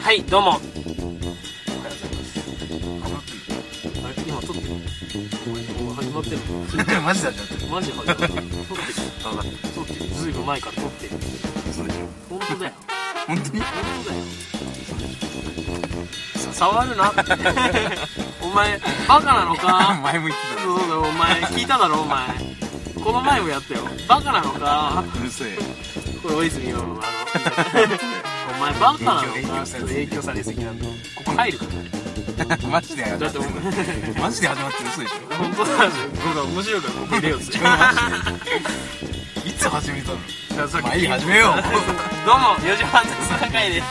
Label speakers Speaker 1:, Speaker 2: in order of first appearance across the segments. Speaker 1: はいどうもおはようございますあれ今撮ってるもう始まってる
Speaker 2: マジだじゃんって
Speaker 1: マジで始まってる撮ってる撮ってるずいぶん前から撮ってる
Speaker 2: そうでしょ
Speaker 1: 本当だよ
Speaker 2: 本当に
Speaker 1: 本当だよさ触るなお前バカなのか
Speaker 2: 前も言っ
Speaker 1: そうだよお前聞いただろお前この前もやったよバカなのか
Speaker 2: てたうるせえ
Speaker 1: これ大泉洋 のあのお前バカなの
Speaker 2: 影響
Speaker 1: か
Speaker 2: 影響されすぎ
Speaker 1: 影響されすぎなんだここ入るからね
Speaker 2: マジで始
Speaker 1: だ
Speaker 2: ま
Speaker 1: っ
Speaker 2: ってて
Speaker 1: お前
Speaker 2: マジで始まって嘘でし
Speaker 1: 本当だよほら面白いからここ入れようぜ
Speaker 2: ょいつ始めたの
Speaker 1: さっき
Speaker 2: まあいい始めよう
Speaker 1: どうも、四時半雑談会です。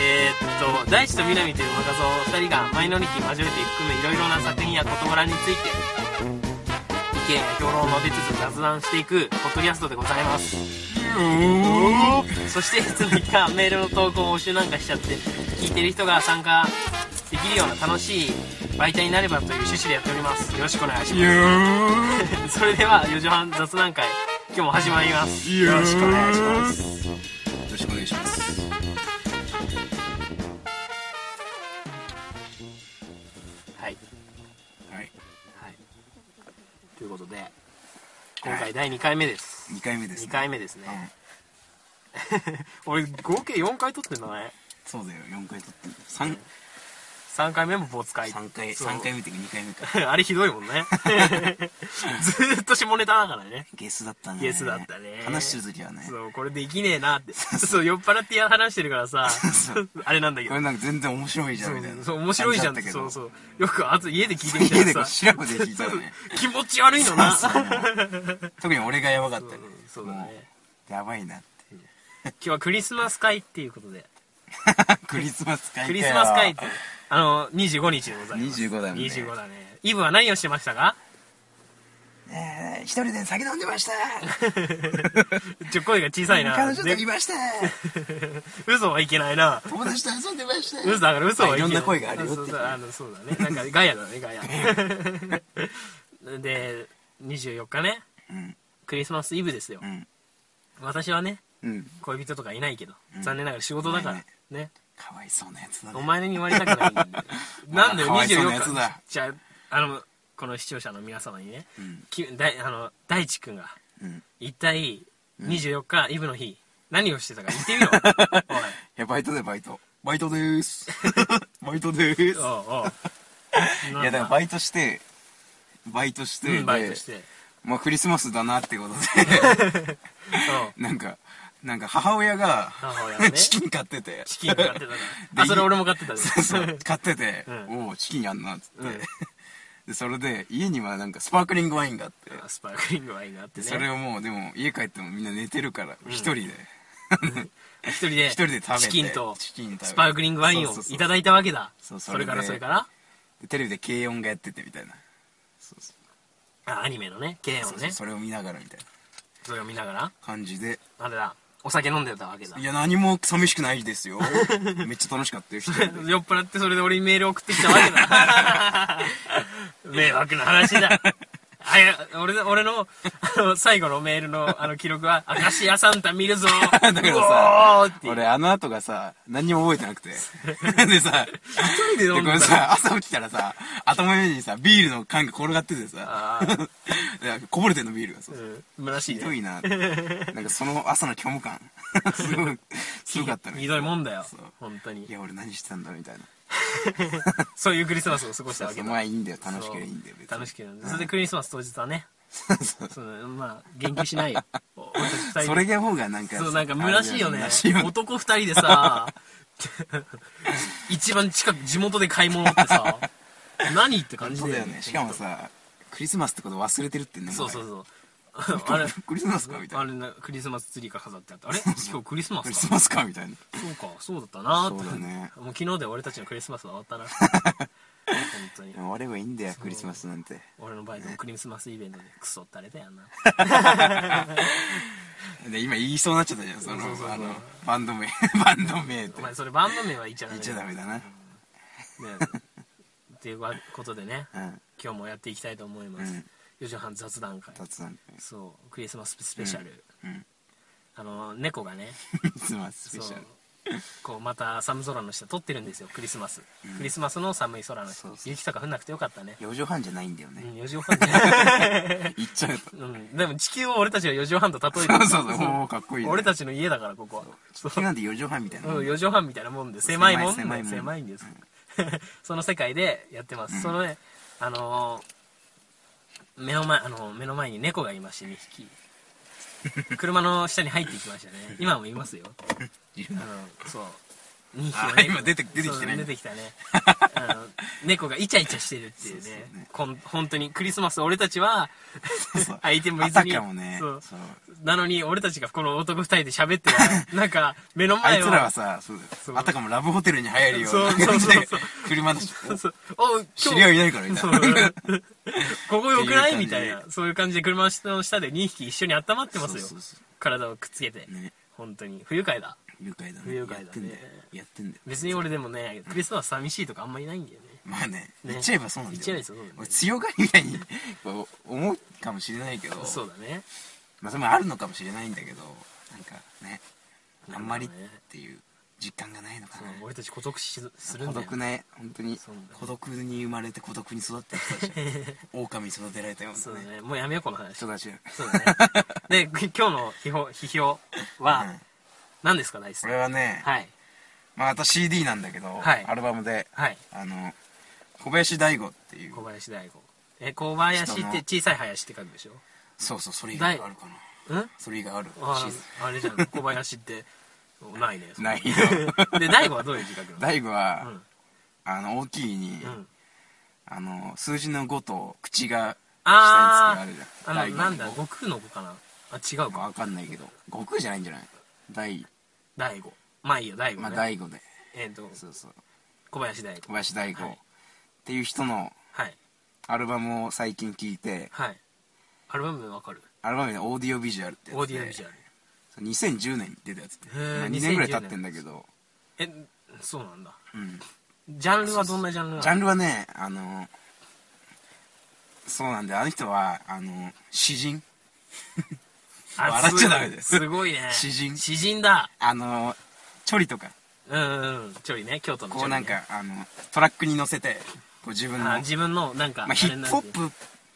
Speaker 1: えー、っと、大地と南という若造二人がマイノリティ、マジョリティ含むいろいろな作品や事柄について、意見や評論を述べつつ雑談していく、ポッドキャストでございます。そして、いつの日かメールの投稿を募集なんかしちゃって、聞いてる人が参加できるような楽しい媒体になればという趣旨でやっております。よろしくお願いします。 それでは四時半雑談会今日も始まります
Speaker 2: いやー
Speaker 1: よろしくお願いします
Speaker 2: よろしくお願いします
Speaker 1: はい
Speaker 2: はい
Speaker 1: はいということで今回第2回目です、
Speaker 2: 2回目です
Speaker 1: 2回目ですね、
Speaker 2: うん
Speaker 1: 俺合計4回撮ってんだね
Speaker 2: そうだよ4回撮ってる三
Speaker 1: 3回目もボツ回
Speaker 2: 三回
Speaker 1: そう
Speaker 2: 三回目っていうか2回目か
Speaker 1: あれひどいもん ねずーっと下ネタだからね
Speaker 2: ゲスだったね
Speaker 1: ゲスだったね
Speaker 2: 話してる時はね
Speaker 1: そうこれできねえなってそう酔っ払ってや話してるからさ
Speaker 2: そう
Speaker 1: あれなんだけ
Speaker 2: こ
Speaker 1: ど
Speaker 2: れなんか全然面白いじゃんみたいな
Speaker 1: そう面白いじゃんって
Speaker 2: 感だ
Speaker 1: そう
Speaker 2: ったけ
Speaker 1: そ
Speaker 2: ど
Speaker 1: うよくあと家で聞いてみた
Speaker 2: 家でこ
Speaker 1: ら
Speaker 2: う
Speaker 1: さ
Speaker 2: 調べて聞いたらね
Speaker 1: 気持ち悪いのな
Speaker 2: そうそう特に俺がやばかったね
Speaker 1: そうだ
Speaker 2: も
Speaker 1: ね
Speaker 2: うやばいなって
Speaker 1: 今日はクリスマス会っていうことで
Speaker 2: クリスマス会
Speaker 1: クリスマス会っ
Speaker 2: って
Speaker 1: てあの25日でございます
Speaker 2: 25だもんね
Speaker 1: 25だねイブは何をしてましたか
Speaker 2: えー一人で酒飲んでました
Speaker 1: ちょ声が小さいな
Speaker 2: 彼女と
Speaker 1: で
Speaker 2: いました
Speaker 1: 嘘はいけないな
Speaker 2: 友達と遊んでました
Speaker 1: 嘘だから嘘はいけ
Speaker 2: あいろんな声があるよって
Speaker 1: そうそうあのそうだねなんかガヤだねガヤで24日ね
Speaker 2: うん
Speaker 1: クリスマスイブですよ
Speaker 2: うん
Speaker 1: 私はね
Speaker 2: うん
Speaker 1: 恋人とかいないけど
Speaker 2: ん
Speaker 1: 残念ながら仕事だか
Speaker 2: いな
Speaker 1: ら
Speaker 2: い
Speaker 1: ね
Speaker 2: かわいそうなやつだね
Speaker 1: お前に言われたくないんだよ なんだよ
Speaker 2: かわいそう
Speaker 1: 24
Speaker 2: なやつ
Speaker 1: 日
Speaker 2: だ
Speaker 1: じゃああのこの視聴者の皆様にね、
Speaker 2: ん
Speaker 1: きだいあの大地君が
Speaker 2: うん
Speaker 1: 一体24日、イブの日何をしてたか言ってみろ おい
Speaker 2: いやバイトでバイトバイトで ーすバイトでーす
Speaker 1: おうおう
Speaker 2: いやだからバイトしてバイトして
Speaker 1: う
Speaker 2: で、
Speaker 1: んバイトして
Speaker 2: まあクリスマスだなってことで
Speaker 1: おう
Speaker 2: なんかなんか母親が
Speaker 1: 母親がね
Speaker 2: チキン買ってて
Speaker 1: チキン買ってたね
Speaker 2: で
Speaker 1: あそれ俺も買ってたね
Speaker 2: そうそう買ってて、
Speaker 1: うん
Speaker 2: おおチキンやんなっつって、
Speaker 1: うん
Speaker 2: でそれで家にはなんかスパークリングワインがあって
Speaker 1: あスパークリングワインがあって
Speaker 2: で
Speaker 1: ね
Speaker 2: それをもうでも家帰ってもみんな寝てるから一人で
Speaker 1: 一人で
Speaker 2: 一人で食べて
Speaker 1: チキンと
Speaker 2: チキン食べて
Speaker 1: スパークリングワインを
Speaker 2: そうそうそう
Speaker 1: いただいたわけだ
Speaker 2: そう
Speaker 1: そ
Speaker 2: それ
Speaker 1: れ
Speaker 2: で
Speaker 1: からそれから
Speaker 2: でテレビで軽音がやっててみたいなそうそう
Speaker 1: あアニメのねゲーム
Speaker 2: そ
Speaker 1: を
Speaker 2: う
Speaker 1: ね
Speaker 2: それを見ながらみたいな
Speaker 1: それを見ながら
Speaker 2: 感じで
Speaker 1: あれだお酒飲んでたわけだ
Speaker 2: いや何も寂しくないで すよめっちゃ楽しかったよ一人で
Speaker 1: 酔っ払ってそれで俺にメール送ってきたわけだ 迷惑な話だあいや俺の俺のあの最後のメールのあの記録は「明石家サンタ見る ぞ
Speaker 2: だから
Speaker 1: うおー
Speaker 2: さ
Speaker 1: って
Speaker 2: 俺あの後がさ何にも覚え てなくてでさ
Speaker 1: 一人で飲ん
Speaker 2: こ
Speaker 1: だ
Speaker 2: れさ朝起きたらさ頭の上にさビールの缶が転がっててさ
Speaker 1: あー
Speaker 2: でこぼれてんのビールがそう
Speaker 1: うん虚しい
Speaker 2: ひど
Speaker 1: ね
Speaker 2: い ななんかその朝の虚無感 すごいすごかったね
Speaker 1: ひどいもんだよ
Speaker 2: そう
Speaker 1: 本当
Speaker 2: い
Speaker 1: に
Speaker 2: や俺何してたんだろうみたいな
Speaker 1: そういうクリスマスを過ごしたわけ
Speaker 2: お
Speaker 1: だ
Speaker 2: 前いいんだよ楽しければいいんだよ
Speaker 1: そう楽しければいいんだよそれ
Speaker 2: れ
Speaker 1: でクリスマス当日はね そのまあ言及しない よお俺たち二人で
Speaker 2: それが方がなんか
Speaker 1: そうなんか虚しいよね
Speaker 2: 虚しいよね
Speaker 1: 男二人で さ一番近く地元で買い物って さ何って感
Speaker 2: 本
Speaker 1: じ
Speaker 2: 当
Speaker 1: だ
Speaker 2: だ
Speaker 1: よ
Speaker 2: よ
Speaker 1: ね
Speaker 2: ねしかもさクリスマスってこと忘れてるってね
Speaker 1: そうそう
Speaker 2: う
Speaker 1: そう あれ
Speaker 2: クリスマスかみた
Speaker 1: あ
Speaker 2: いな
Speaker 1: れなクリスマスツリーが飾ってあってあれ今日クリスマ
Speaker 2: ク
Speaker 1: ス
Speaker 2: リ
Speaker 1: か
Speaker 2: スマスかみたいな
Speaker 1: そうかそうだったなーって
Speaker 2: そうだね
Speaker 1: もう昨日で俺たちのクリスマスは終わったな 本当に
Speaker 2: でも俺はいいんだよクリスマスなんて
Speaker 1: 俺のバイトもクリスマスイベントでクソったれたやんな
Speaker 2: で今言いそうになっちゃったじゃんその
Speaker 1: そうそうそう
Speaker 2: あのバンド名 バンド名って
Speaker 1: お
Speaker 2: 言
Speaker 1: 前それバンド名は言っちゃダ
Speaker 2: っ
Speaker 1: メ
Speaker 2: ちゃダメだな
Speaker 1: ねっていうことでね
Speaker 2: うん
Speaker 1: 今日もやっていきたいと思います、
Speaker 2: うん
Speaker 1: 4時半雑談会
Speaker 2: 雑談会
Speaker 1: そうクリスマススペシャル、
Speaker 2: うん
Speaker 1: あの猫がね
Speaker 2: クリスマススペ
Speaker 1: そ
Speaker 2: シャ
Speaker 1: う
Speaker 2: ル
Speaker 1: こうまた寒空の下撮ってるんですよクリスマス、クリスマスの寒い空の下
Speaker 2: そうそう
Speaker 1: 雪とか降んなくてよかったね
Speaker 2: 4畳半じゃないんだよ
Speaker 1: う
Speaker 2: ね
Speaker 1: ん4時 半で、
Speaker 2: 行っちゃうと
Speaker 1: うん、でも地球を俺たちは4時半と例えて
Speaker 2: そ
Speaker 1: る
Speaker 2: うそうそうおーかっこいいね
Speaker 1: 俺たちの家だからここはそう
Speaker 2: 地球なんて4畳半みたいなも
Speaker 1: うんん、4畳半みたいなもんで狭いもんね
Speaker 2: 狭
Speaker 1: 狭
Speaker 2: い
Speaker 1: い
Speaker 2: 狭いもん
Speaker 1: んです、 その世界でやってます、そのねあのー目の前あのー目の前に猫がいまして2匹 車の下に入っていきましたね今もいますよあのそう2匹の
Speaker 2: あ今出て出てきてない
Speaker 1: そう出てきた ねあの猫がイチャイチャしてるっていうね
Speaker 2: そうそうね
Speaker 1: こん本当にクリスマス俺たちは
Speaker 2: そう
Speaker 1: 相手もいずに
Speaker 2: あたかもね
Speaker 1: そう
Speaker 2: そう
Speaker 1: なのに俺たちがこの男2人で喋ってはなんか目の
Speaker 2: あ
Speaker 1: 前
Speaker 2: いつ
Speaker 1: を
Speaker 2: らはさそうだ
Speaker 1: そう
Speaker 2: よあたかもラブホテルに入るような
Speaker 1: そうそう
Speaker 2: 感じ
Speaker 1: そう
Speaker 2: で
Speaker 1: そう
Speaker 2: 車のし
Speaker 1: そうお今日
Speaker 2: 知り合いいないからみた
Speaker 1: そ
Speaker 2: いう な
Speaker 1: ここよくな
Speaker 2: っていう感じで
Speaker 1: いみたいなそういう感じで車の下で2匹一緒に温まってますよ
Speaker 2: そうそうそ
Speaker 1: 体をくっつけて、
Speaker 2: ね
Speaker 1: 本当に不愉快だ
Speaker 2: 愉快だね
Speaker 1: 不愉快だね
Speaker 2: やってんだよやってんだよ
Speaker 1: 別に俺でもねクリスマス寂しいとかあんまりないんだよね
Speaker 2: まあね
Speaker 1: ね
Speaker 2: 言っちゃえばそうなんだよ
Speaker 1: 言っちゃえばそうなんだよ
Speaker 2: 俺強がりみたいにこう思うかもしれないけど
Speaker 1: そうだね
Speaker 2: まあそれもあるのかもしれないんだけどなんかねあんまりっ
Speaker 1: なんだろうね
Speaker 2: ていう実感がないのか
Speaker 1: そ
Speaker 2: な
Speaker 1: う俺たち孤独死するん
Speaker 2: 孤
Speaker 1: だよ
Speaker 2: 独ね本当に
Speaker 1: そうだね
Speaker 2: 孤独に生まれて孤独に育った人たち 狼に育てられたよう
Speaker 1: そう
Speaker 2: な
Speaker 1: だ
Speaker 2: ね
Speaker 1: ねもうやめようこの話
Speaker 2: 人たちが
Speaker 1: そうだね で今日の批評批評
Speaker 2: う
Speaker 1: は
Speaker 2: ん
Speaker 1: 何ですか大輔
Speaker 2: 俺はね、
Speaker 1: はい
Speaker 2: まあ、また CD なんだけど、
Speaker 1: はい
Speaker 2: アルバムで、
Speaker 1: はい
Speaker 2: あの小林大吾っていう
Speaker 1: 小林大吾え小林っ
Speaker 2: 人の
Speaker 1: て小さい林って書くでしょ
Speaker 2: そうそうそれ以外
Speaker 1: 大
Speaker 2: あるかな
Speaker 1: うん
Speaker 2: それ以外ある
Speaker 1: あ
Speaker 2: CD
Speaker 1: あれじゃ ん小林ってないね
Speaker 2: ない よ
Speaker 1: で大悟はどういう字書くの
Speaker 2: 大悟は、
Speaker 1: うん
Speaker 2: あの大きいに、
Speaker 1: うん
Speaker 2: あの数字の5と口が
Speaker 1: あ
Speaker 2: 下につけ
Speaker 1: あ
Speaker 2: ら
Speaker 1: あの
Speaker 2: れるじゃん
Speaker 1: なんだ
Speaker 2: 大悟
Speaker 1: 悟空の子かなあ違う
Speaker 2: まあ
Speaker 1: か
Speaker 2: わかんないけど悟空じゃないんじゃない大
Speaker 1: 大悟まあいいよ大
Speaker 2: ま
Speaker 1: 悟
Speaker 2: あ
Speaker 1: ね
Speaker 2: 大悟で、
Speaker 1: えっと
Speaker 2: そうそう
Speaker 1: 小林大
Speaker 2: 小
Speaker 1: 悟
Speaker 2: 林大悟、
Speaker 1: はい
Speaker 2: っていう人の
Speaker 1: はい
Speaker 2: アルバムを最近聞いて
Speaker 1: はいアルバムわかる
Speaker 2: アルバムでオーディオビジュアルってやつで
Speaker 1: オーディオビジュアル
Speaker 2: そう2010年に出たやつで、
Speaker 1: へー
Speaker 2: まあ、2年ぐらい経ってんだけど、
Speaker 1: えそうなんだ
Speaker 2: うん、
Speaker 1: ジャンルはどんなジャンルなの
Speaker 2: ジャンルはねあのそうなんであの人はあの詩人
Speaker 1: あ
Speaker 2: 笑っちゃダメだよ
Speaker 1: すごいね
Speaker 2: 詩人
Speaker 1: 詩人だ
Speaker 2: あのチョリとか
Speaker 1: うんうんうんちょいね京都のちょいね
Speaker 2: こうなんか、あのトラックに乗せてこう自分の
Speaker 1: あ自分のなんか
Speaker 2: まあ、ヒップホップっ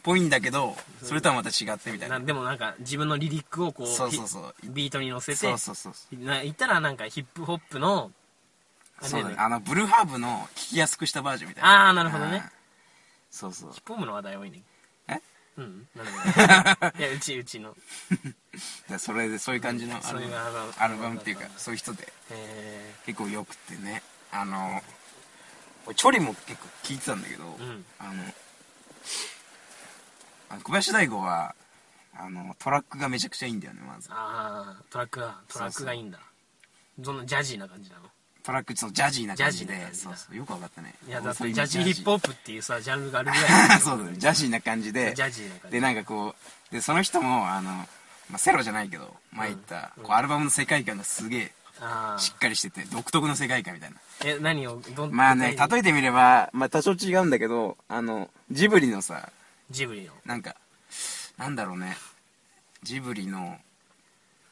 Speaker 2: ぽいんだけどそれとはまた違ってみたいな
Speaker 1: なでもなんか自分のリリックをこう
Speaker 2: そうそうそう
Speaker 1: ひビートに乗せて
Speaker 2: そうそうそうそ
Speaker 1: な言ったらなんかヒップホップのあ
Speaker 2: う
Speaker 1: れ
Speaker 2: そ
Speaker 1: だ
Speaker 2: う
Speaker 1: よ
Speaker 2: だ
Speaker 1: ね
Speaker 2: ねあのブルーハーブの聞きやすくしたバージョンみたいな
Speaker 1: あーなるほどね
Speaker 2: あーそうそう
Speaker 1: ヒップホップの話題多いね
Speaker 2: え
Speaker 1: うんなるほど ねいやうちうちの
Speaker 2: でそれでそういう感じのア
Speaker 1: そう
Speaker 2: ル
Speaker 1: いう
Speaker 2: バ
Speaker 1: ア
Speaker 2: ム
Speaker 1: ルバム
Speaker 2: アルバムっていうかそういう人で
Speaker 1: え
Speaker 2: 結構よくてねあの俺チョリも結構聞いてたんだけど、
Speaker 1: ん
Speaker 2: あのあの小林大吾はあのトラックがめちゃくちゃいいんだよねまず
Speaker 1: ー、ああトラックがトラックがいいんだそんなジャジーな感じなの
Speaker 2: トラックちょっとジャジーな感じで
Speaker 1: ジャジーな感じ
Speaker 2: そ
Speaker 1: だ
Speaker 2: うそうよくわかったね
Speaker 1: いやだって
Speaker 2: 俺
Speaker 1: ジャジーヒップホップっていうさジャンルがあるぐ らいだ
Speaker 2: あ
Speaker 1: よ
Speaker 2: そうだねジャジーな感じで
Speaker 1: ジャジーな感じ
Speaker 2: でなんかこうでその人もあの、まあ、セロじゃないけど前言った、こうアルバムの世界観がすげえ
Speaker 1: あ
Speaker 2: し
Speaker 1: ー
Speaker 2: っかりしてて独特の世界観みたいな
Speaker 1: え何をどん
Speaker 2: まあね
Speaker 1: どんな
Speaker 2: 例えてみれば、まあ、多少違うんだけどあのジブリのさ
Speaker 1: ジブリの
Speaker 2: なんかなんだろうねジブリの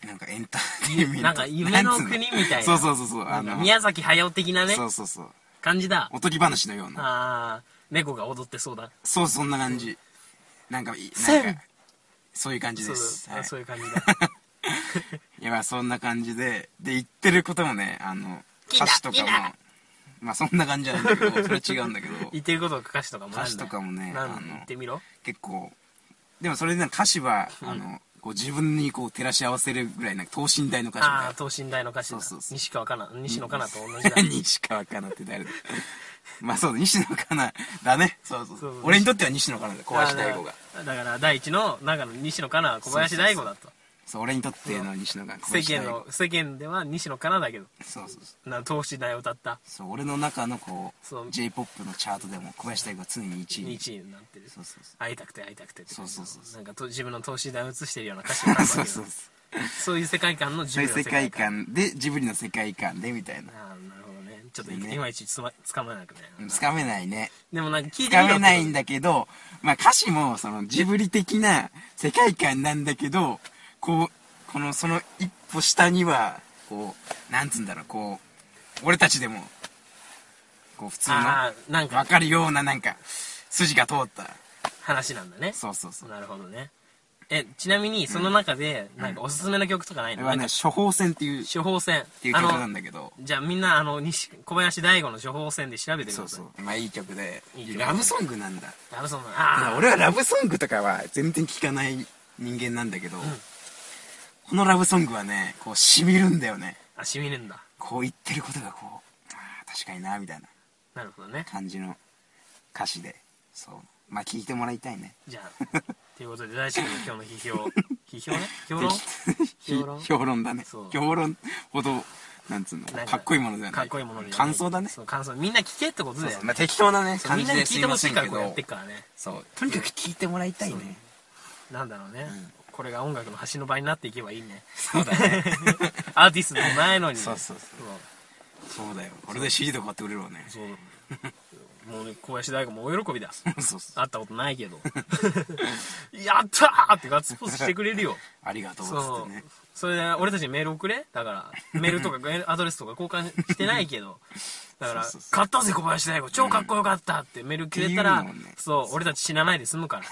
Speaker 2: なんかエンターテインメント
Speaker 1: なんか夢の
Speaker 2: んつう
Speaker 1: 国みたいな
Speaker 2: そうそうそうそう
Speaker 1: な
Speaker 2: あ
Speaker 1: んか
Speaker 2: の
Speaker 1: 宮崎駿的なね
Speaker 2: そうそうそう
Speaker 1: 感じだ
Speaker 2: おとぎ話のような
Speaker 1: ああ猫が踊ってそうだ
Speaker 2: そうそんな感じなんかい
Speaker 1: せん
Speaker 2: なんかそういう感じ
Speaker 1: そう
Speaker 2: です
Speaker 1: だ
Speaker 2: は
Speaker 1: あ
Speaker 2: い
Speaker 1: そういう感じだ
Speaker 2: いやまあそんな感じでで言ってることもねあの
Speaker 1: キラ
Speaker 2: 歌詞とかも
Speaker 1: キラ
Speaker 2: まあそんな感じじゃないんだけどそ れは違うんだけど
Speaker 1: 言ってること歌詞とかもなんだ
Speaker 2: 歌詞とかもね
Speaker 1: なん
Speaker 2: あの
Speaker 1: 言ってみろ
Speaker 2: 結構でもそれでなんか歌詞は、あのこう自分にこう照らし合わせるぐらいなんか等身大の歌詞みたい
Speaker 1: あ
Speaker 2: な
Speaker 1: あ等身大の歌詞だ
Speaker 2: そうそうそう
Speaker 1: 西川かな西野かなと同じだ
Speaker 2: 西川かなって誰だ まあそうだ西野かなだねそうそう
Speaker 1: そうそう
Speaker 2: 俺にとっては西野かなだ小林大吾が
Speaker 1: あーだからだから第一の中の西野かなは小林大吾だと
Speaker 2: そう俺にとっての西野が小
Speaker 1: 世
Speaker 2: 林
Speaker 1: 間
Speaker 2: 大吾
Speaker 1: の世間では西野かなだけど
Speaker 2: そうそうそう
Speaker 1: な等身大を歌った
Speaker 2: そう俺の中のこ
Speaker 1: そう
Speaker 2: う j p o p のチャートでも小林大吾は常に1位に
Speaker 1: 1位になってる
Speaker 2: そうそうそ
Speaker 1: 会いたくて会いたくてって感じの
Speaker 2: そうそうそう
Speaker 1: なんかと自分の等身大を映してるような歌詞を歌
Speaker 2: う
Speaker 1: う
Speaker 2: そ
Speaker 1: わけ
Speaker 2: うそうそ
Speaker 1: よ
Speaker 2: う
Speaker 1: そういう世界観の自
Speaker 2: そうい
Speaker 1: 分
Speaker 2: う
Speaker 1: の
Speaker 2: 世界観でジブリの世界観でみたいな
Speaker 1: ああなるほどねちょっとい
Speaker 2: ね
Speaker 1: いまいちつまつかまえなくね
Speaker 2: つかめないね
Speaker 1: でもなんか聞い
Speaker 2: つ
Speaker 1: てみろ
Speaker 2: か
Speaker 1: って
Speaker 2: めないんだけど、まあ歌詞もそのジブリ的な世界観なんだけど、こう、このその一歩下には、こう、なんつうんだろう、こう、俺たちでも、こう普通の、
Speaker 1: ああなん
Speaker 2: わ
Speaker 1: か
Speaker 2: かるようななんか、筋が通った。
Speaker 1: 話なんだね
Speaker 2: そうそうそう。
Speaker 1: なるほどねえちなみにその中で、なんかおすすめの曲とかない
Speaker 2: あ
Speaker 1: の、
Speaker 2: れは
Speaker 1: な
Speaker 2: ね
Speaker 1: んか、
Speaker 2: 処方箋っていう、っ
Speaker 1: 処方箋
Speaker 2: ていう
Speaker 1: あ
Speaker 2: 曲なん
Speaker 1: の
Speaker 2: だけど、
Speaker 1: じゃあみんなあの西小林大吾の処方箋で調べてみてく
Speaker 2: そ
Speaker 1: ださ
Speaker 2: う
Speaker 1: い
Speaker 2: そう。まあいい曲で
Speaker 1: いい曲、
Speaker 2: ラブソングなんだ。
Speaker 1: ラブソング
Speaker 2: た
Speaker 1: あ
Speaker 2: だ俺はラブソングとかは全然聞かない人間なんだけど、このラブソングはね、こう染みるんだよね。
Speaker 1: ーあしみるんだ
Speaker 2: こう言ってることがこう、あー確かにな、みたいな
Speaker 1: なるほどね
Speaker 2: 感じの歌詞で、そう。まあ聞いてもらいたいね。
Speaker 1: じゃ あということで大丈夫今日の批評批評ね評 論
Speaker 2: ひ
Speaker 1: 評論
Speaker 2: 評論だね
Speaker 1: そう。
Speaker 2: 評論ほど、なんつうの、
Speaker 1: なん
Speaker 2: かっこいいものじゃない。
Speaker 1: かっこいいものじゃない
Speaker 2: 感想だね。そ
Speaker 1: そう感想みんな聞けってこと
Speaker 2: う
Speaker 1: だ
Speaker 2: そ
Speaker 1: よ
Speaker 2: う。まあ適当なね、
Speaker 1: そう
Speaker 2: 感
Speaker 1: みん
Speaker 2: じ
Speaker 1: なに
Speaker 2: で
Speaker 1: 聞
Speaker 2: す
Speaker 1: い
Speaker 2: い
Speaker 1: てほ
Speaker 2: ま
Speaker 1: し
Speaker 2: せ
Speaker 1: い
Speaker 2: ん
Speaker 1: か
Speaker 2: け
Speaker 1: らこうやっ
Speaker 2: ど
Speaker 1: てっ、からね
Speaker 2: そう。とにかく聞いてもらいたいね。
Speaker 1: なんだろうね、これが音楽の橋の場になっていけばいいね
Speaker 2: そうだね。
Speaker 1: アーティストもないのに
Speaker 2: そうそうそうそうだよ。俺で CD とか買ってくれるわね。
Speaker 1: そう もうね小林大吾も大喜びだ
Speaker 2: そうそう。
Speaker 1: 会ったことないけど やったーってガッツポーズしてくれるよ
Speaker 2: ありがとうっつっ
Speaker 1: そ
Speaker 2: てね。
Speaker 1: うそれで俺たちにメール送れだからメール とかアドレスとか交換してないけどだから
Speaker 2: そうそう
Speaker 1: 「
Speaker 2: そう
Speaker 1: 買ったぜ小林大吾超かっこよかった」ってメールくれたら、
Speaker 2: っていうのもね
Speaker 1: そう俺たち死なないで済むか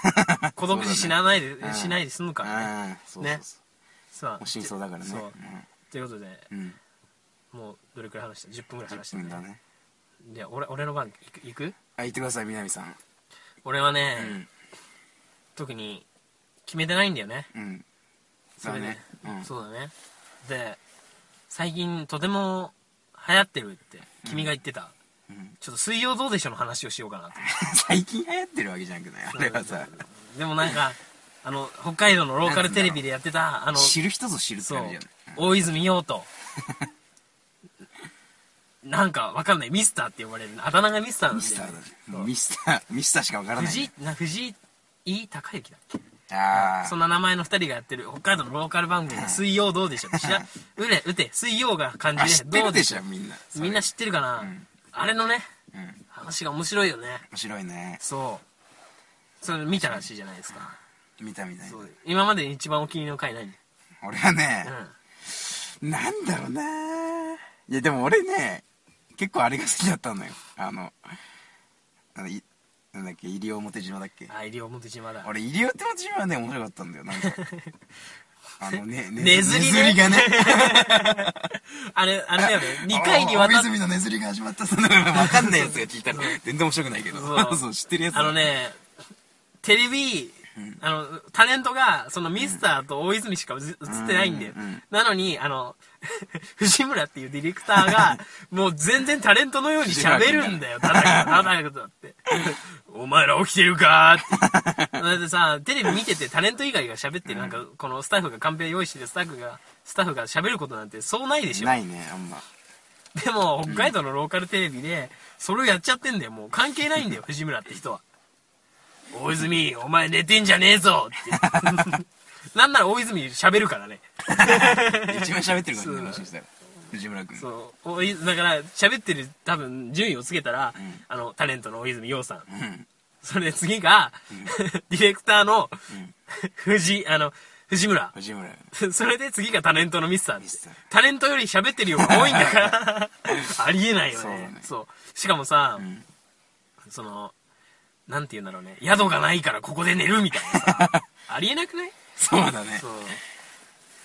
Speaker 1: ら孤独死死なないで、
Speaker 2: うん
Speaker 1: しないで済むからね
Speaker 2: ああ、そうそう
Speaker 1: ね
Speaker 2: そう。
Speaker 1: そう
Speaker 2: お真相だからね。
Speaker 1: そう
Speaker 2: う
Speaker 1: ということで
Speaker 2: んうん。
Speaker 1: もうどれくらい話した10分ぐらい話し
Speaker 2: 10
Speaker 1: た
Speaker 2: 分
Speaker 1: ね
Speaker 2: だね。
Speaker 1: じゃあ俺俺の番いくいく
Speaker 2: あ、言ってください、みなみさん。
Speaker 1: 俺はね、
Speaker 2: うん。
Speaker 1: 特に決めてないんだよね
Speaker 2: うん。
Speaker 1: それで
Speaker 2: ね。うん。
Speaker 1: そうだねで最近とても流行ってるって君が言ってた、
Speaker 2: うん
Speaker 1: ちょっと「水曜どうでしょう」の話をしようかなと
Speaker 2: 最近流行ってるわけじゃなくないあれはさ、
Speaker 1: でもなん かあの北海道のローカルテレビでやってたあの
Speaker 2: 知る人ぞ知るって
Speaker 1: そう
Speaker 2: 感じじゃない
Speaker 1: 大泉洋となんかわかんないミスターって呼ばれるあだ名がミスターなん
Speaker 2: ミ
Speaker 1: だ
Speaker 2: スタ
Speaker 1: よ
Speaker 2: ーだ
Speaker 1: ね
Speaker 2: ね。
Speaker 1: そ
Speaker 2: も
Speaker 1: う
Speaker 2: うミスター、ミスターしかわからない。
Speaker 1: 藤井な藤井井隆之だっけ
Speaker 2: ああ。
Speaker 1: そんな名前の2人がやってる北海道のローカル番組「水曜どうでしょう」知ら うれ打て水曜が漢
Speaker 2: あ、
Speaker 1: 字
Speaker 2: 知っ
Speaker 1: で
Speaker 2: て
Speaker 1: どう
Speaker 2: る
Speaker 1: で
Speaker 2: で
Speaker 1: し
Speaker 2: し
Speaker 1: ょ
Speaker 2: ょ、みんな。
Speaker 1: うみんな知ってるかな、
Speaker 2: ん
Speaker 1: あれのね
Speaker 2: それ。うん。
Speaker 1: 話が面白いよね
Speaker 2: 面白いね。
Speaker 1: そうそれ見たらしいじゃないですか
Speaker 2: 見たみたい
Speaker 1: そ
Speaker 2: な
Speaker 1: う。今までで一番お気に入りの回何
Speaker 2: 俺は
Speaker 1: う
Speaker 2: ね、
Speaker 1: ん
Speaker 2: なんだろうないや、でも俺ね、結構あれが好きだったのよ。あの、あのいなんだっけ、西表島だっけ。
Speaker 1: あ西表島だ
Speaker 2: 俺、西表島はね、面白かったんだよ、な んか。あのね、ね
Speaker 1: ねずりね
Speaker 2: ねずり がね。
Speaker 1: あれ あれだよね2回にわた
Speaker 2: あ
Speaker 1: っ
Speaker 2: 大泉のねずりが始まった、その、わかんないやつが聞いたら、全然面白くないけど。
Speaker 1: そ
Speaker 2: そうう、知ってるやつ。
Speaker 1: あの。ねテレビあのタレントがそのミスターと大泉しか映ってないんだよ、
Speaker 2: うんうん
Speaker 1: なのにあの 藤村っていうディレクター がもう全然タレントのように喋るんだよただただことだって「お前ら起きてるか?」ってだってさテレビ見ててタレント以外が喋ってるなんかこのスタッフがカンペ用意しててスタッフがスタッフが喋ることなんてそうないでしょ
Speaker 2: ないね、あんま。
Speaker 1: でも、北海道のローカルテレビで、それをやっちゃってんだよ。もう関係ないんだよ、藤村って人は。大泉、お前寝てんじゃねえぞって。なんなら大泉喋るからね。
Speaker 2: 一番喋ってるから
Speaker 1: そう
Speaker 2: ね、もしかしたら。藤村君。
Speaker 1: そう、大泉だから、喋ってる多分、順位をつけたら、あの、タレントの大泉洋さん。
Speaker 2: うん。
Speaker 1: それで次が、 ディレクターの、 藤、あの、藤村。
Speaker 2: 藤村。
Speaker 1: それで次がタレントのミスターで
Speaker 2: ミス
Speaker 1: す
Speaker 2: ター
Speaker 1: タレントより喋ってる量が多いんだから ありえないよねそ
Speaker 2: そううだね
Speaker 1: しかもさ、
Speaker 2: ん
Speaker 1: そのなんて言うんだろうね宿がないからここで寝るみたいな さありえなくない
Speaker 2: そうだね
Speaker 1: そ。う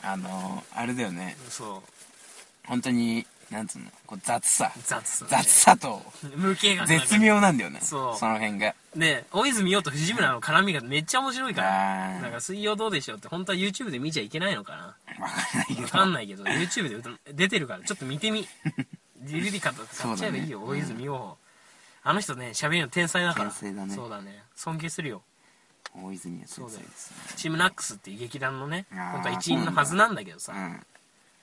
Speaker 2: あのー、あれだよね。
Speaker 1: そう
Speaker 2: 本当に、なんつうの、こう雑さ。
Speaker 1: 雑さね
Speaker 2: 雑さと、
Speaker 1: 無形が
Speaker 2: 絶妙なんだよね。
Speaker 1: そう
Speaker 2: の辺が。
Speaker 1: ね大泉洋と藤村の絡みがめっちゃ面白いから
Speaker 2: あー
Speaker 1: なんか「水曜どうでしょう」って本当は YouTube で見ちゃいけないのかな
Speaker 2: わかんないけど。
Speaker 1: わかんないけど YouTube で歌出てるからちょっと見てみディルリカとか買っちゃえばいいよ、
Speaker 2: そうだ
Speaker 1: 大
Speaker 2: ね
Speaker 1: 泉洋、あの人ね喋りの天才だから
Speaker 2: 天才だね
Speaker 1: そうだね尊敬するよ
Speaker 2: 大泉先
Speaker 1: そう
Speaker 2: 生
Speaker 1: だよ
Speaker 2: です
Speaker 1: チームナックスっていう劇団のね
Speaker 2: あー
Speaker 1: 本当は一員のはずなんだけどさ
Speaker 2: ね。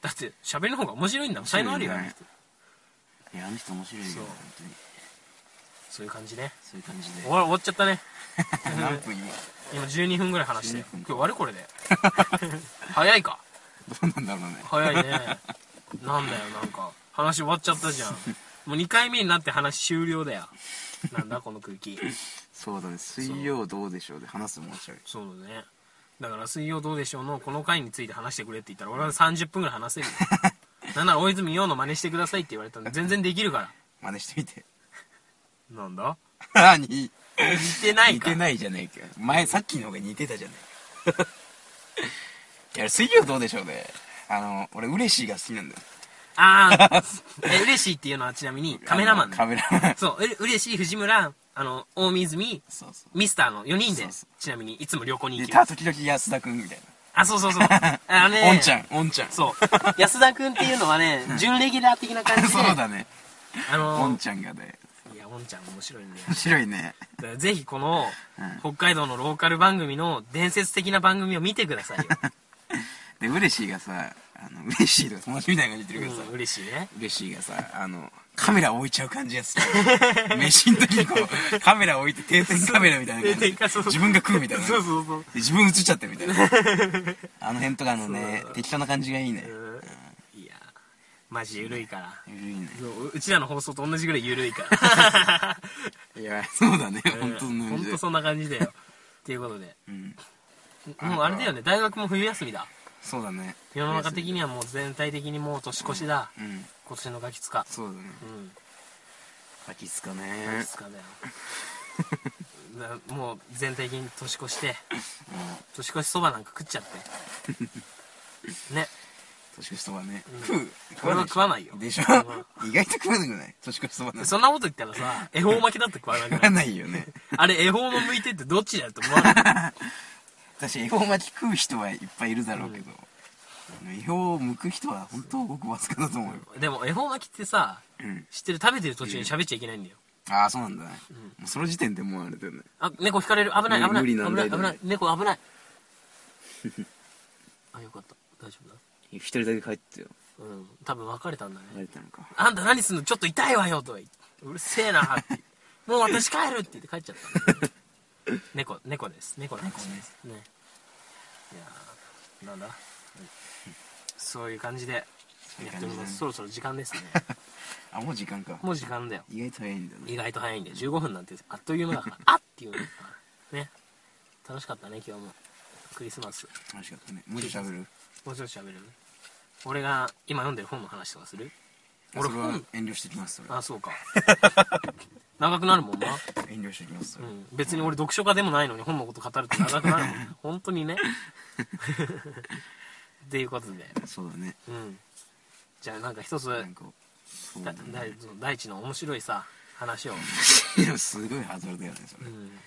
Speaker 1: だ
Speaker 2: うん。
Speaker 1: って喋りの方が面白いんだもん才能あるよあ
Speaker 2: 面白
Speaker 1: の
Speaker 2: いね
Speaker 1: 人
Speaker 2: いや、あの人面白いよ、
Speaker 1: そう
Speaker 2: 本当に。
Speaker 1: そういう感じね
Speaker 2: そういう感じ
Speaker 1: 終わ終わっちゃったね
Speaker 2: で。何分今。
Speaker 1: 今12分ぐらい話して
Speaker 2: 12分
Speaker 1: 今日あれこれで 早いか
Speaker 2: どうなんだろうね。
Speaker 1: 早いねなんだよなんか話終わっちゃったじゃんもう2回目になって話終了だよなんだこの空気
Speaker 2: そうだね。水曜どうでしょうで話すの面白い。
Speaker 1: そうだねだから「水曜どうでしょう」のこの回について話してくれって言ったら俺は30分ぐらい話せるよ なんなら大泉洋の真似してくださいって言われたんで全然できるから
Speaker 2: 真似してみて
Speaker 1: なんだ
Speaker 2: 何
Speaker 1: 似てない
Speaker 2: 似
Speaker 1: か
Speaker 2: てないじゃねえか前さっきの方が似てたじゃねえか いや水曜どうでしょうねあの俺嬉しいが好きなんだよ
Speaker 1: ああえ嬉しいっていうのはちなみにカメラマン
Speaker 2: あのカメラマン
Speaker 1: そううれ嬉しい藤村あの大泉
Speaker 2: そうそう
Speaker 1: ミスターの4人で
Speaker 2: そうそ
Speaker 1: ちなみにいつも旅行に行
Speaker 2: で
Speaker 1: き
Speaker 2: た
Speaker 1: ます
Speaker 2: 時々安田君みたい
Speaker 1: あそうそうそう
Speaker 2: な
Speaker 1: あのね
Speaker 2: おんちゃんおんちゃん
Speaker 1: そう安田君っていうのはね準レギュラー的な感じで
Speaker 2: そう だね
Speaker 1: あの
Speaker 2: おんちゃんがね
Speaker 1: いやおんちゃん面白いんだよ
Speaker 2: 面白いね
Speaker 1: だからぜひこの
Speaker 2: うん
Speaker 1: 北海道のローカル番組の伝説的な番組を見てくださいよ、
Speaker 2: で嬉しいがさあの嬉しいとか友達みたいな感じで言ってるけどさ、
Speaker 1: うん、嬉しいね
Speaker 2: 嬉しいがさあのカメラ置いちゃう感じやつ 飯の時にこうカメラ置いて定点カメラみたいな感
Speaker 1: 定
Speaker 2: じ
Speaker 1: 点カそう
Speaker 2: 自分が食うみたいな
Speaker 1: そうそうそう
Speaker 2: で自分映っちゃってるみたいなあの辺とかのね適当な感じがいいね
Speaker 1: うんいやマジ緩いから
Speaker 2: いいね
Speaker 1: そううちらの放送と同じぐらい緩いから
Speaker 2: いやそうだね 本当
Speaker 1: うんほんと
Speaker 2: に
Speaker 1: そんな感じだよっていうことで
Speaker 2: うん
Speaker 1: もうあれだよね大学も冬休みだ
Speaker 2: そうだね
Speaker 1: 世の中的にはもう全体的にもう年越しだ、
Speaker 2: うん
Speaker 1: 今年のガキ使
Speaker 2: そうだね
Speaker 1: うん
Speaker 2: 秋っすか
Speaker 1: ガ
Speaker 2: ね
Speaker 1: キ使だよなもう全体的に年越して
Speaker 2: もう
Speaker 1: 年越しそばなんか食っちゃってね
Speaker 2: 年越しそばね
Speaker 1: うん
Speaker 2: 食う
Speaker 1: 俺は食わないよ
Speaker 2: でしょ
Speaker 1: う
Speaker 2: 意外と食わなくない年越しそばなん
Speaker 1: で
Speaker 2: て
Speaker 1: そんなこと言ったらさ恵方巻きだって食わなくな
Speaker 2: 食わ
Speaker 1: い
Speaker 2: ないよね
Speaker 1: あれ恵方の向いてってどっちだよって思わない
Speaker 2: 私恵方巻き食う人はいっぱいいるだろうけど、恵方を剥く人は本当ごくわずかだと思うよ、
Speaker 1: でも恵方巻きってさ
Speaker 2: うん、
Speaker 1: 知ってる食べてる途中に喋っちゃいけないんだよ
Speaker 2: ああそうなんだね、もうその時点でもうあれだよね
Speaker 1: あ猫引かれる危ない危ない
Speaker 2: 無
Speaker 1: 危
Speaker 2: 理
Speaker 1: な
Speaker 2: 難
Speaker 1: い
Speaker 2: 題
Speaker 1: 危
Speaker 2: だね
Speaker 1: ない猫危ないあよかった大丈夫だ
Speaker 2: 一人だけ帰ってよ
Speaker 1: うん多分別れたんだね、
Speaker 2: れたのか
Speaker 1: あんた何すんのちょっと痛いわよとは言ってうるせえなって もう私帰るって言って帰っちゃったんだ猫猫です猫の話ですねいやーなんだ、そういう感じでやっておりますそろそろ時間ですね
Speaker 2: あもう時間か
Speaker 1: もう時間だよ
Speaker 2: 意外と早いんだね
Speaker 1: 意外と早いんで15分なんてあっという間だから あっっていうねね楽しかったね今日もクリスマス
Speaker 2: 楽しかったねもうちょっと喋る
Speaker 1: もうちょっと喋る俺が今読んでる本の話とかする俺
Speaker 2: それは
Speaker 1: 本
Speaker 2: 遠慮してきますそれ
Speaker 1: あ そうか長くなるもんな
Speaker 2: 遠慮してきますそれ、
Speaker 1: うん、別に俺読書家でもないのに本のこと語ると長くなるもんね本当にね っていうことで、
Speaker 2: そうだね
Speaker 1: うん、じゃあなんか一つ
Speaker 2: なんかそう だ
Speaker 1: だ
Speaker 2: ね
Speaker 1: だいその大地の面白いさ話を、
Speaker 2: いやすごいハードルだよねそれ
Speaker 1: うん、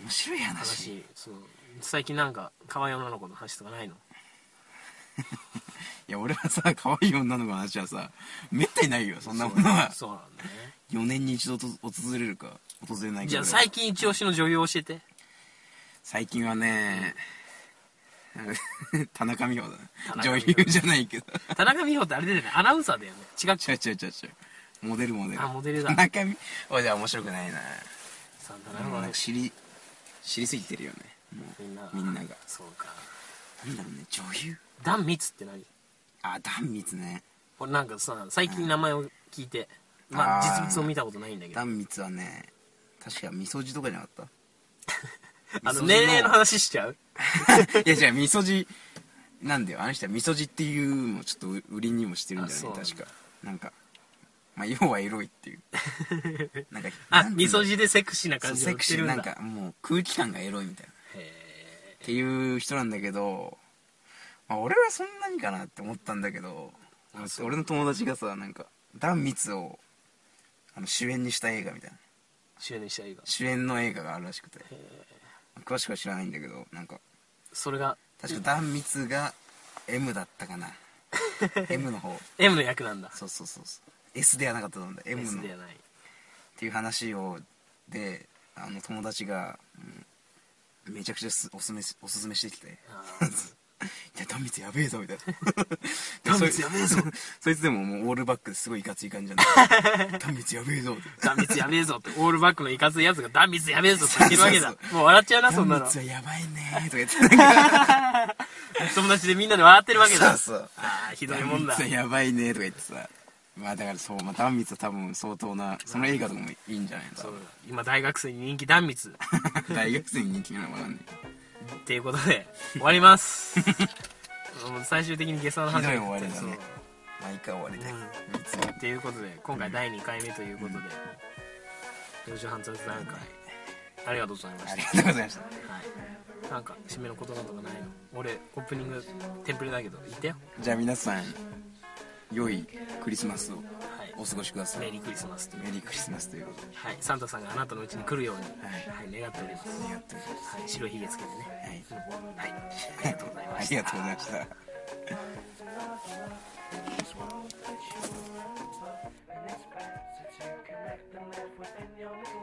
Speaker 2: 面白い話い
Speaker 1: 話そう最近なんか可愛い女の子の話とかないの
Speaker 2: や俺はさ可愛い女の子の話はさめったにないよそんなものは
Speaker 1: そうなんだね
Speaker 2: 4年に一度と訪れるか訪れないか
Speaker 1: じゃあ
Speaker 2: ぐらい
Speaker 1: 最近一押しの女優を教えて
Speaker 2: 最近はね 田中美穂だ
Speaker 1: 田
Speaker 2: な
Speaker 1: 中
Speaker 2: 女
Speaker 1: 美
Speaker 2: 優
Speaker 1: 穂
Speaker 2: じゃないけど
Speaker 1: 田中美穂ってあれだよねアナウンサーだよね違う
Speaker 2: 違う違う違う違うモデルモデル
Speaker 1: あモデルだ
Speaker 2: 田中美穂じゃ面白くないな
Speaker 1: さんだ
Speaker 2: もうなん
Speaker 1: な
Speaker 2: か知り知りすぎてるよねもう
Speaker 1: みんな
Speaker 2: みんなが
Speaker 1: そうか
Speaker 2: なんだろうね女優
Speaker 1: ダンミツって何
Speaker 2: あダンミツね
Speaker 1: 俺なんかさ最近名前を聞いて、まあ
Speaker 2: あー
Speaker 1: 実物を見たことないんだけど
Speaker 2: ダンミツはね確かみそじとかじゃなかっ
Speaker 1: あの年齢の話しちゃう
Speaker 2: た いや違うみそじなんだよあの人はみそじっていうのをちょっと売りにもしてるんじゃ
Speaker 1: あそうな
Speaker 2: な
Speaker 1: いんだ
Speaker 2: 確かなんかまあ要はエロ いっていうなんか
Speaker 1: あ
Speaker 2: なんていうんだろう
Speaker 1: みそじでセクシーな
Speaker 2: そ
Speaker 1: 感
Speaker 2: う
Speaker 1: じを
Speaker 2: セ
Speaker 1: 売っ
Speaker 2: ク
Speaker 1: て
Speaker 2: シー
Speaker 1: るんだ
Speaker 2: なんかもう空気感がエロいみたいなっていう人なんだけど、まあ、俺はそんなにかなって思ったんだけど
Speaker 1: あそう
Speaker 2: 俺の友達がさなんか壇蜜をあの主演にした映画みたいな
Speaker 1: 主演した映画
Speaker 2: 主演の映画があるらしくて詳しくは知らないんだけどなんか
Speaker 1: それが
Speaker 2: 確か壇蜜が M だったかな M の方
Speaker 1: M の役なんだ
Speaker 2: そうそうそうそう S ではなかったと思うんだ M の
Speaker 1: S ではない
Speaker 2: っていう話をであの友達が、うんめちゃくちゃすおすすめおすすめしてきて「い
Speaker 1: あ
Speaker 2: やダンミツやべえぞ」みたい
Speaker 1: ダ
Speaker 2: な「
Speaker 1: ンミツやべえぞ
Speaker 2: そい」 そいつでももうオールバックですごいいかつい感じなん だダンミツやべえぞ」って
Speaker 1: ダンミツやべえぞってオールバックのいかついやつがダンミツやべえぞって言ってるわけだ
Speaker 2: そうそう
Speaker 1: もう笑っちゃう
Speaker 2: ダ
Speaker 1: なそ
Speaker 2: ン
Speaker 1: んな
Speaker 2: ミ
Speaker 1: の
Speaker 2: ツはやばいね」とか言ってなんか
Speaker 1: 友達でみんなで笑ってるわけだ
Speaker 2: そうそう
Speaker 1: ああひどい
Speaker 2: ダ
Speaker 1: も
Speaker 2: ン
Speaker 1: ん
Speaker 2: ミ
Speaker 1: だ
Speaker 2: ツはやばいね」とか言ってさまあだからそう、まあ、ダンミツは多分相当なその映画とかもいいんじゃない
Speaker 1: そう
Speaker 2: の
Speaker 1: 今大学生に人気ダンミツ
Speaker 2: 大学生に人気なのかなね
Speaker 1: っていうことで終わりますもう最終的に下駄の話
Speaker 2: ひどい終わりだ
Speaker 1: そ
Speaker 2: ね
Speaker 1: う
Speaker 2: まあ一回終わりで、
Speaker 1: うん
Speaker 2: 三つ目
Speaker 1: ということで今回第2回目ということで「四時半雑談会」ありがとうございま
Speaker 2: あ
Speaker 1: し
Speaker 2: り
Speaker 1: た
Speaker 2: がとうございました
Speaker 1: はいなんか締めの言葉とかないの俺オープニングテンプレだけど言ってよ
Speaker 2: じゃあ皆さん良いクリスマスを
Speaker 1: はい
Speaker 2: お過ごしくださ
Speaker 1: メ
Speaker 2: い
Speaker 1: リークリスマスという
Speaker 2: メリークリスマスということで
Speaker 1: はいサンタさんがあなたのうちに来るようには
Speaker 2: はい
Speaker 1: 願っております
Speaker 2: 願っております
Speaker 1: はい白ひげつけてね
Speaker 2: はい
Speaker 1: うんはいありがとうございま
Speaker 2: あ
Speaker 1: し
Speaker 2: り
Speaker 1: た
Speaker 2: がとうございました
Speaker 3: And it's bad since you can make the move within your